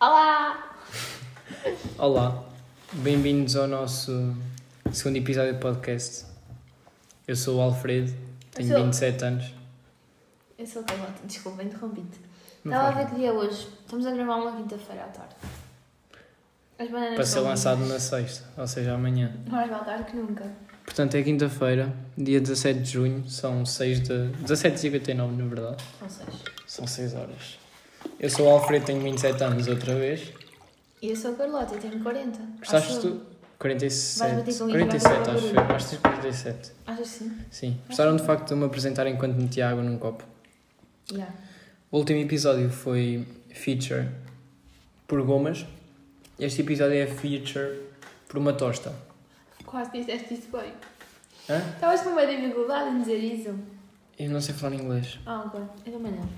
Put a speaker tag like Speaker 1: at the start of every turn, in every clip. Speaker 1: Olá!
Speaker 2: Olá, bem-vindos ao nosso segundo episódio do podcast. Eu sou o Alfredo, tenho
Speaker 1: sou-
Speaker 2: 27 anos.
Speaker 1: Eu sou a Carlota, desculpa, interrompi-te.
Speaker 2: Não
Speaker 1: Estava a
Speaker 2: faz
Speaker 1: ver que dia é hoje. Estamos a gravar uma quinta-feira à tarde. As bananas
Speaker 2: Para ser
Speaker 1: são
Speaker 2: lançado na
Speaker 1: lindas.
Speaker 2: sexta, ou seja, amanhã.
Speaker 1: Mais vale tarde que nunca.
Speaker 2: Portanto, é quinta-feira, dia 17 de junho, são 6 de. 17h59, na verdade.
Speaker 1: Ou seja,
Speaker 2: São 6 horas. Eu sou o Alfredo, tenho 27 anos outra vez.
Speaker 1: e eu sou a Carlota, eu tenho 40.
Speaker 2: Gostaste
Speaker 1: Acho eu.
Speaker 2: tu? 47.
Speaker 1: Vais bater comigo,
Speaker 2: 47,
Speaker 1: vai
Speaker 2: acho
Speaker 1: fazer
Speaker 2: eu. Acho que tens 47.
Speaker 1: Achas que sim?
Speaker 2: Sim. Gostaram de facto de me apresentar enquanto metia água num copo.
Speaker 1: Yeah.
Speaker 2: O último episódio foi Feature por gomas. Este episódio é Feature por uma tosta.
Speaker 1: Quase disseste isso bem.
Speaker 2: Hã?
Speaker 1: Estavas com uma dificuldade em dizer isso.
Speaker 2: Eu não sei falar inglês.
Speaker 1: Ah, ok. Eu também não.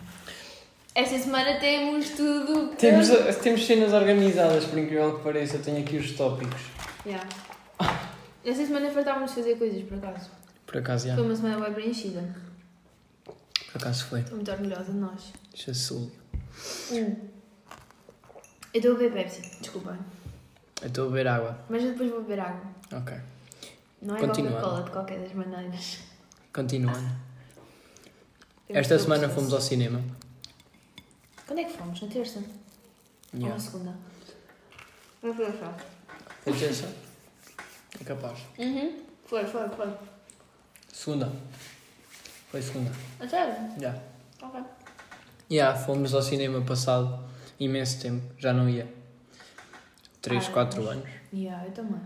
Speaker 1: Esta semana temos tudo. por-
Speaker 2: Temos, temos cenas organizadas, por incrível que pareça. Eu tenho aqui os tópicos.
Speaker 1: Yeah. Esta semana fartávamos de fazer coisas, por acaso.
Speaker 2: Por acaso, já.
Speaker 1: Foi uma semana bem preenchida.
Speaker 2: Por acaso foi.
Speaker 1: Estou muito orgulhosa de nós.
Speaker 2: Chassul.
Speaker 1: Hum. Eu estou a beber Pepsi, desculpa.
Speaker 2: Eu estou a beber água.
Speaker 1: Mas eu depois vou beber água.
Speaker 2: Ok.
Speaker 1: Não é
Speaker 2: Continuando.
Speaker 1: Coca-Cola de qualquer das maneiras.
Speaker 2: Continuando.
Speaker 1: Ah, Eu
Speaker 2: Esta
Speaker 1: estou
Speaker 2: semana
Speaker 1: obsessa.
Speaker 2: fomos ao cinema.
Speaker 1: Quando é que fomos? Na terça? Ou na
Speaker 2: Yeah.
Speaker 1: segunda? Não foi só.
Speaker 2: Foi terça? É capaz.
Speaker 1: Uhum. Foi, foi, foi.
Speaker 2: Segunda. Foi segunda.
Speaker 1: A sério?
Speaker 2: Já.
Speaker 1: Ok.
Speaker 2: Ya, fomos ao cinema passado imenso tempo, já não ia. 3,
Speaker 1: Ah,
Speaker 2: 4
Speaker 1: mas-
Speaker 2: anos.
Speaker 1: Yeah, eu também.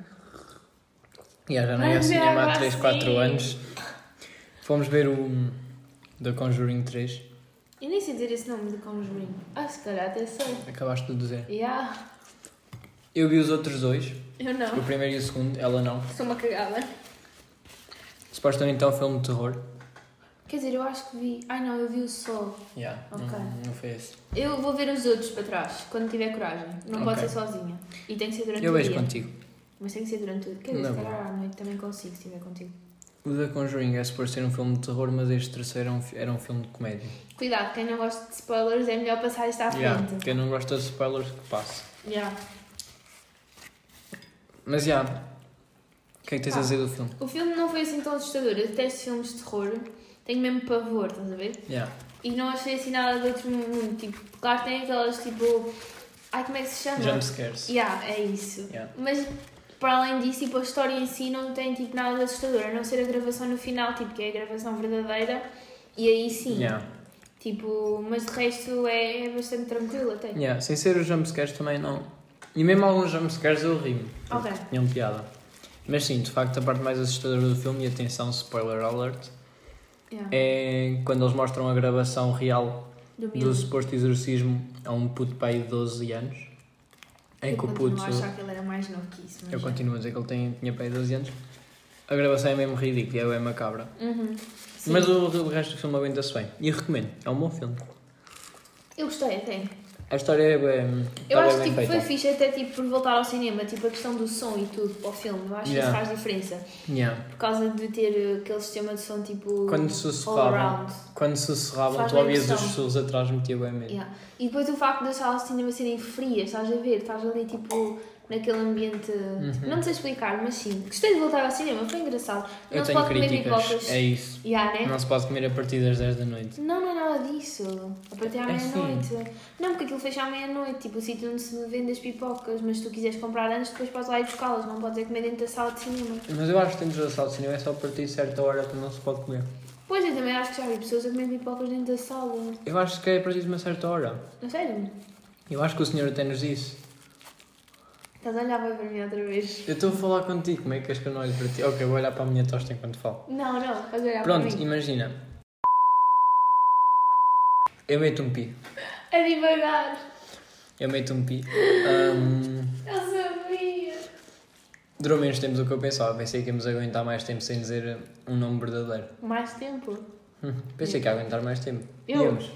Speaker 2: Ya, já não ia ao
Speaker 1: Mas
Speaker 2: cinema há
Speaker 1: era
Speaker 2: 3, 4
Speaker 1: assim.
Speaker 2: anos. Fomos ver o um, The Conjuring 3.
Speaker 1: E nem sei dizer esse nome de conjurinho. Ah, se calhar até sei.
Speaker 2: Acabaste de dizer.
Speaker 1: Yeah.
Speaker 2: Eu vi os outros dois,
Speaker 1: Eu
Speaker 2: o
Speaker 1: não.
Speaker 2: primeiro e o segundo, ela não.
Speaker 1: Sou uma cagada.
Speaker 2: Supostamente é um filme de terror.
Speaker 1: Quer dizer, eu acho que vi. Ai não, eu vi o sol.
Speaker 2: Ya,
Speaker 1: Ok.
Speaker 2: não, não foi esse.
Speaker 1: Eu vou ver os outros para trás, quando tiver coragem. Não pode
Speaker 2: Ok.
Speaker 1: ser sozinha. E tem que ser durante
Speaker 2: Eu
Speaker 1: o
Speaker 2: vejo
Speaker 1: dia.
Speaker 2: contigo.
Speaker 1: Mas tem que ser durante o dia. Quer dizer,
Speaker 2: Não.
Speaker 1: se calhar à noite também consigo, se estiver contigo.
Speaker 2: O The Conjuring é suposto ser um filme de terror, mas este terceiro é um fi- era um, filme de comédia.
Speaker 1: Cuidado, quem não gosta de spoilers é melhor passar isto à
Speaker 2: Ya,
Speaker 1: frente.
Speaker 2: quem não gosta de spoilers, que passe.
Speaker 1: Yeah.
Speaker 2: Mas já, o que é que tens a
Speaker 1: Ah.
Speaker 2: dizer do filme?
Speaker 1: O filme não foi assim tão assustador. Eu detesto filmes de terror. Tenho mesmo pavor, estás a ver?
Speaker 2: Ya.
Speaker 1: E não achei assim nada de outro mundo. Tipo, claro, tem aquelas tipo. Ai, como é que se chama?
Speaker 2: Jumpscares.
Speaker 1: Yeah, é isso.
Speaker 2: Yeah.
Speaker 1: Mas para além disso, tipo, a história em si não tem tipo nada de assustador, a não ser a gravação no final, tipo, que é a gravação verdadeira, e aí sim.
Speaker 2: Yeah.
Speaker 1: Tipo, mas de resto é bastante tranquilo até.
Speaker 2: Yeah. Sem ser os jumpscares também não. E mesmo alguns jumpscares eu rimo.
Speaker 1: Ok.
Speaker 2: Tinham piada. Mas sim, de facto, a parte mais assustadora do filme, e atenção, spoiler alert,
Speaker 1: Yeah.
Speaker 2: é quando eles mostram a gravação real
Speaker 1: Do
Speaker 2: do
Speaker 1: miúdo.
Speaker 2: suposto exorcismo a um puto pai de 12 anos. Em
Speaker 1: Eu
Speaker 2: que o
Speaker 1: continuo
Speaker 2: puto.
Speaker 1: a achar que ele era mais novo que isso, mas.
Speaker 2: Eu continuo a dizer que ele tem, tinha pai de 12 anos. A gravação é mesmo ridícula, é bem macabra.
Speaker 1: Uhum. Sim.
Speaker 2: Mas o, o resto do filme aguenta-se bem. E recomendo, é um bom filme.
Speaker 1: Eu gostei até.
Speaker 2: A história é bem.
Speaker 1: Eu
Speaker 2: é
Speaker 1: acho que
Speaker 2: bem
Speaker 1: tipo,
Speaker 2: feita.
Speaker 1: foi fixe até tipo, por voltar ao cinema, tipo a questão do som e tudo para o filme, eu acho
Speaker 2: Yeah.
Speaker 1: que isso faz diferença.
Speaker 2: Yeah.
Speaker 1: Por causa de ter uh, aquele sistema de som tipo
Speaker 2: Quando
Speaker 1: all
Speaker 2: sussurravam,
Speaker 1: around.
Speaker 2: quando sussurravam,
Speaker 1: Faz
Speaker 2: tu
Speaker 1: bem
Speaker 2: ouvias
Speaker 1: impressão.
Speaker 2: os sussurros atrás, metia bem medo.
Speaker 1: Yeah. E depois o facto das salas de cinema serem frias, estás a ver? Estás ali tipo naquele ambiente.
Speaker 2: Uhum.
Speaker 1: Não sei explicar, mas sim. Gostei de voltar ao cinema, foi engraçado.
Speaker 2: Eu
Speaker 1: não se
Speaker 2: tenho
Speaker 1: pode comer
Speaker 2: críticas,
Speaker 1: bipocas.
Speaker 2: é isso.
Speaker 1: Yeah, né?
Speaker 2: Não se pode comer a partir das 10 da noite.
Speaker 1: Não, não é nada disso. A partir à
Speaker 2: É
Speaker 1: meia-noite. Não, porque aquilo fecha à meia-noite, tipo o sítio onde se vende as pipocas, mas se tu quiseres comprar antes, depois podes lá ir buscá-las, não podes é comer dentro da sala de cinema.
Speaker 2: Mas eu acho que dentro da sala de cinema é só a partir de certa hora que não se pode comer.
Speaker 1: Pois eu também acho que já vi pessoas a comer pipocas dentro da sala.
Speaker 2: Eu acho que é a partir de uma certa hora.
Speaker 1: Não sério?
Speaker 2: Eu acho que o senhor até nos disse.
Speaker 1: Estás a olhar bem para mim outra vez.
Speaker 2: Eu estou a falar contigo, como é que és que eu não olho para ti? Ok, vou olhar para a minha tosta enquanto falo.
Speaker 1: Não, não, estás a olhar
Speaker 2: Pronto,
Speaker 1: para mim.
Speaker 2: imagina. Eu meto um pi.
Speaker 1: É devagar.
Speaker 2: Eu meto um pi. Ahm,
Speaker 1: Eu sabia!
Speaker 2: Durou menos tempo do que eu pensava. Pensei que íamos aguentar mais tempo sem dizer um nome verdadeiro.
Speaker 1: Mais tempo?
Speaker 2: Hum, Pensei que ia aguentar mais tempo.
Speaker 1: Eu? Ah.
Speaker 2: Íamos.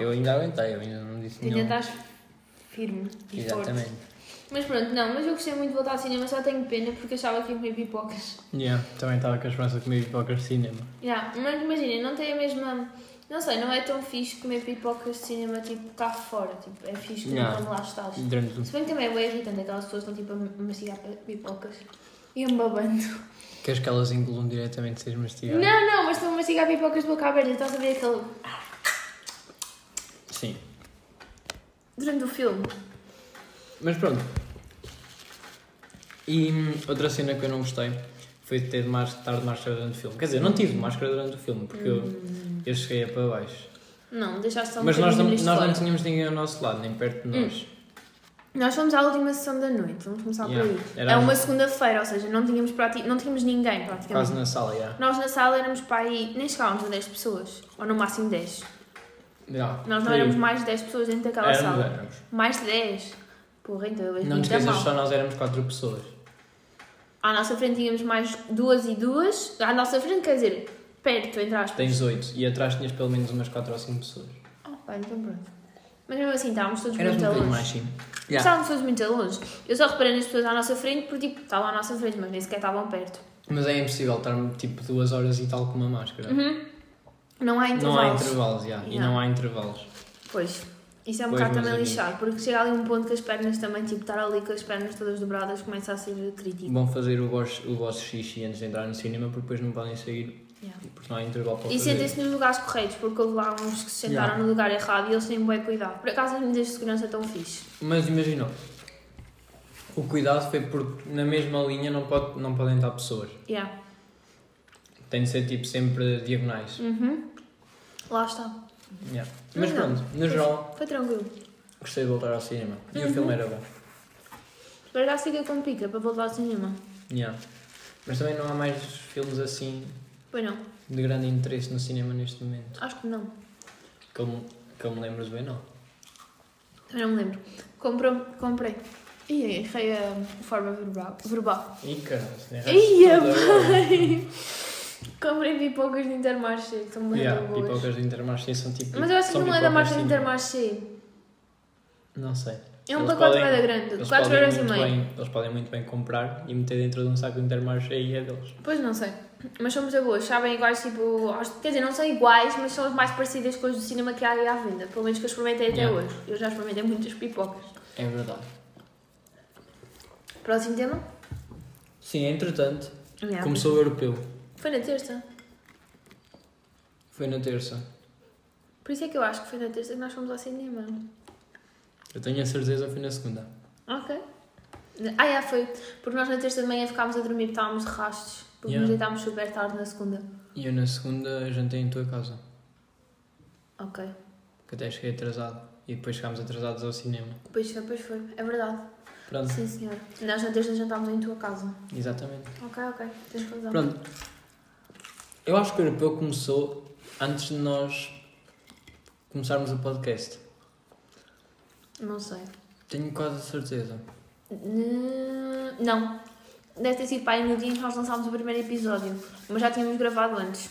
Speaker 2: Eu ainda aguentei, eu ainda não disse
Speaker 1: Ainda
Speaker 2: nenhum.
Speaker 1: estás firme e
Speaker 2: Exatamente.
Speaker 1: Mas pronto, não, mas eu gostei muito de voltar ao cinema, só tenho pena porque achava que ia comer pipocas.
Speaker 2: Yeah, também estava com a esperança de comer pipocas de cinema.
Speaker 1: Yeah, mas imagina, não tem a mesma. Não sei, não é tão fixe comer pipocas de cinema tipo cá fora, tipo, é fixe comer
Speaker 2: Yeah. Uhum.
Speaker 1: quando lá estás.
Speaker 2: Durante um o-
Speaker 1: Se bem que também é bem irritante, aquelas pessoas que estão tipo a mastigar pipocas e a babando.
Speaker 2: Queres que elas engulam diretamente sem mastigar?
Speaker 1: Não, não, mas estão a mastigar pipocas de boca aberta, estás a ver aquele.
Speaker 2: Sim.
Speaker 1: durante o filme.
Speaker 2: Mas pronto. E hum, outra cena que eu não gostei foi de ter de más- estar de máscara durante o filme. Quer dizer, não tive de máscara durante o filme porque eu, eu cheguei a para baixo.
Speaker 1: Hum. Não, deixaste só um
Speaker 2: Mas nós não,
Speaker 1: bocadinho
Speaker 2: nós não
Speaker 1: neste fora. Hum.
Speaker 2: tínhamos ninguém ao nosso lado, nem perto de nós.
Speaker 1: Nós fomos à última sessão da noite, vamos começar
Speaker 2: Yeah,
Speaker 1: por aí.
Speaker 2: era
Speaker 1: É
Speaker 2: um-
Speaker 1: uma segunda-feira, ou seja, não tínhamos, prati... não tínhamos ninguém praticamente.
Speaker 2: Quase na sala, já.
Speaker 1: Nós na sala éramos para aí, nem chegávamos a 10 pessoas, ou no máximo 10.
Speaker 2: Já,
Speaker 1: Nós não
Speaker 2: foi-
Speaker 1: éramos mais de 10 pessoas dentro daquela
Speaker 2: éramos,
Speaker 1: sala.
Speaker 2: éramos.
Speaker 1: Mais de 10. Porra, então eu vejo
Speaker 2: Não te
Speaker 1: muito a
Speaker 2: esqueças,
Speaker 1: mal.
Speaker 2: só nós éramos quatro pessoas.
Speaker 1: À nossa frente tínhamos mais duas e duas. À nossa frente, quer dizer, perto, entre aspas.
Speaker 2: Tens oito e atrás tinhas pelo menos umas quatro ou cinco pessoas.
Speaker 1: Ah, pá, então pronto. Mas mesmo assim, estávamos todos
Speaker 2: Eras um
Speaker 1: muito a
Speaker 2: bocadinho
Speaker 1: longe.
Speaker 2: mais, sim. Já.
Speaker 1: Estávamos todos muito a longe. Eu só reparei nas pessoas à nossa frente porque, tipo, estavam à nossa frente, mas nem sequer estavam perto.
Speaker 2: Mas é impossível estar tipo duas horas e tal com uma máscara.
Speaker 1: Uhum. Não há
Speaker 2: Não há
Speaker 1: intervalos.
Speaker 2: intervalos, já. E
Speaker 1: Já.
Speaker 2: não há intervalos.
Speaker 1: Pois. Isso é um
Speaker 2: Pois,
Speaker 1: bocado
Speaker 2: meus
Speaker 1: também
Speaker 2: amigos.
Speaker 1: lixado, porque chega ali um ponto que as pernas também, tipo, estar ali com as pernas todas dobradas começa a ser crítico.
Speaker 2: Vão fazer o vosso, o vosso xixi antes de entrar no cinema porque depois não podem sair
Speaker 1: Yeah.
Speaker 2: porque não há intervalo para
Speaker 1: E
Speaker 2: fazer.
Speaker 1: sentem-se nos lugares corretos, porque houve lá uns que se sentaram
Speaker 2: Yeah.
Speaker 1: no lugar errado e eles têm bem cuidado. Por acaso as medidas de segurança estão fixe.
Speaker 2: Mas imagina, o cuidado foi porque na mesma linha não, pode, não podem estar pessoas.
Speaker 1: Yeah.
Speaker 2: Tem de ser tipo sempre diagonais.
Speaker 1: Uhum. Lá está.
Speaker 2: Yeah. Mas
Speaker 1: Não,
Speaker 2: pronto, no
Speaker 1: Uhum. Pois. Uhum.
Speaker 2: geral,
Speaker 1: Foi tranquilo.
Speaker 2: gostei de voltar ao cinema. E o filme era bom.
Speaker 1: Por acaso fica com pica para voltar ao cinema.
Speaker 2: Yeah. Mas também não há mais filmes assim
Speaker 1: Pois não,
Speaker 2: de grande interesse no cinema neste momento.
Speaker 1: acho que não.
Speaker 2: Que eu, me- que eu me lembro de bem, não.
Speaker 1: Eu não me lembro. Comprou, comprei. Ih, errei a forma verbal. verbal.
Speaker 2: Ih, caralho, é
Speaker 1: Ia
Speaker 2: toda a
Speaker 1: bem! comprei pipocas de Intermarché, que são muito
Speaker 2: Yeah,
Speaker 1: boas.
Speaker 2: pipocas do Intermarché são tipo.
Speaker 1: Mas eu acho que
Speaker 2: são
Speaker 1: não é da
Speaker 2: pipocas
Speaker 1: marca de
Speaker 2: sim.
Speaker 1: Intermarché.
Speaker 2: Não sei.
Speaker 1: É um
Speaker 2: Eles
Speaker 1: pacote
Speaker 2: podem-
Speaker 1: bem grande,
Speaker 2: eles
Speaker 1: 4
Speaker 2: podem
Speaker 1: euros e
Speaker 2: muito
Speaker 1: meio.
Speaker 2: bem- Eles podem muito bem comprar e meter dentro de um saco de Intermarché e é deles.
Speaker 1: Pois não sei. Mas são muito boas. Sabem iguais, tipo. aos- Quer dizer, não são iguais, mas são as mais parecidas com as do cinema que há aí à venda. Pelo menos que eu experimentei até
Speaker 2: Yeah.
Speaker 1: hoje. Eu já experimentei muitas pipocas.
Speaker 2: É verdade.
Speaker 1: Próximo tema?
Speaker 2: Sim, entretanto,
Speaker 1: Yeah.
Speaker 2: começou o europeu.
Speaker 1: Foi na terça.
Speaker 2: Foi na terça.
Speaker 1: Por isso é que eu acho que foi na terça que nós fomos ao cinema.
Speaker 2: Eu tenho a certeza que foi na segunda.
Speaker 1: Ok. Ah, é, foi. Porque nós na terça de manhã ficámos a dormir, estávamos de rastos. Porque
Speaker 2: Yeah.
Speaker 1: nos deitámos super tarde na segunda.
Speaker 2: E eu na segunda jantei em tua casa,
Speaker 1: Ok.
Speaker 2: que até cheguei atrasado. E depois chegámos atrasados ao cinema.
Speaker 1: Pois foi, pois foi. É verdade.
Speaker 2: Pronto,
Speaker 1: Sim, senhor. Nós na terça jantámos em tua casa.
Speaker 2: exatamente.
Speaker 1: Ok, ok. Tens razão.
Speaker 2: Pronto. Eu acho que o europeu começou antes de nós começarmos o podcast.
Speaker 1: Não sei.
Speaker 2: Tenho quase a certeza.
Speaker 1: Hum, Não. Deve ter sido pai no dia em que nós lançámos o primeiro episódio. Mas já tínhamos gravado antes.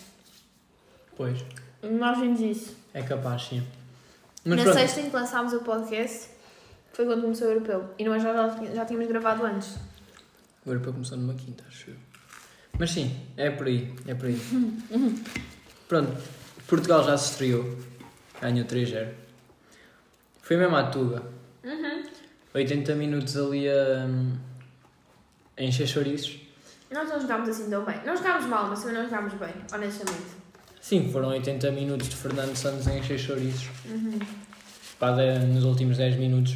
Speaker 2: Pois.
Speaker 1: Nós vimos isso.
Speaker 2: É capaz, sim.
Speaker 1: na
Speaker 2: Mas pronto,
Speaker 1: sexta em que lançámos o podcast, foi quando começou o europeu. E nós já, já tínhamos gravado antes.
Speaker 2: o europeu começou numa quinta, acho eu. Mas sim, é por aí, é por aí. pronto, Portugal já se estreou. Ganhou 3-0. Foi mesmo à Tuga. 80 minutos ali a, hum, a encher chouriços.
Speaker 1: Nós não jogámos assim tão bem. Não jogámos mal, mas também não jogámos bem, honestamente.
Speaker 2: Sim, foram 80 minutos de Fernando Santos a encher chouriços. Para nos últimos 10 minutos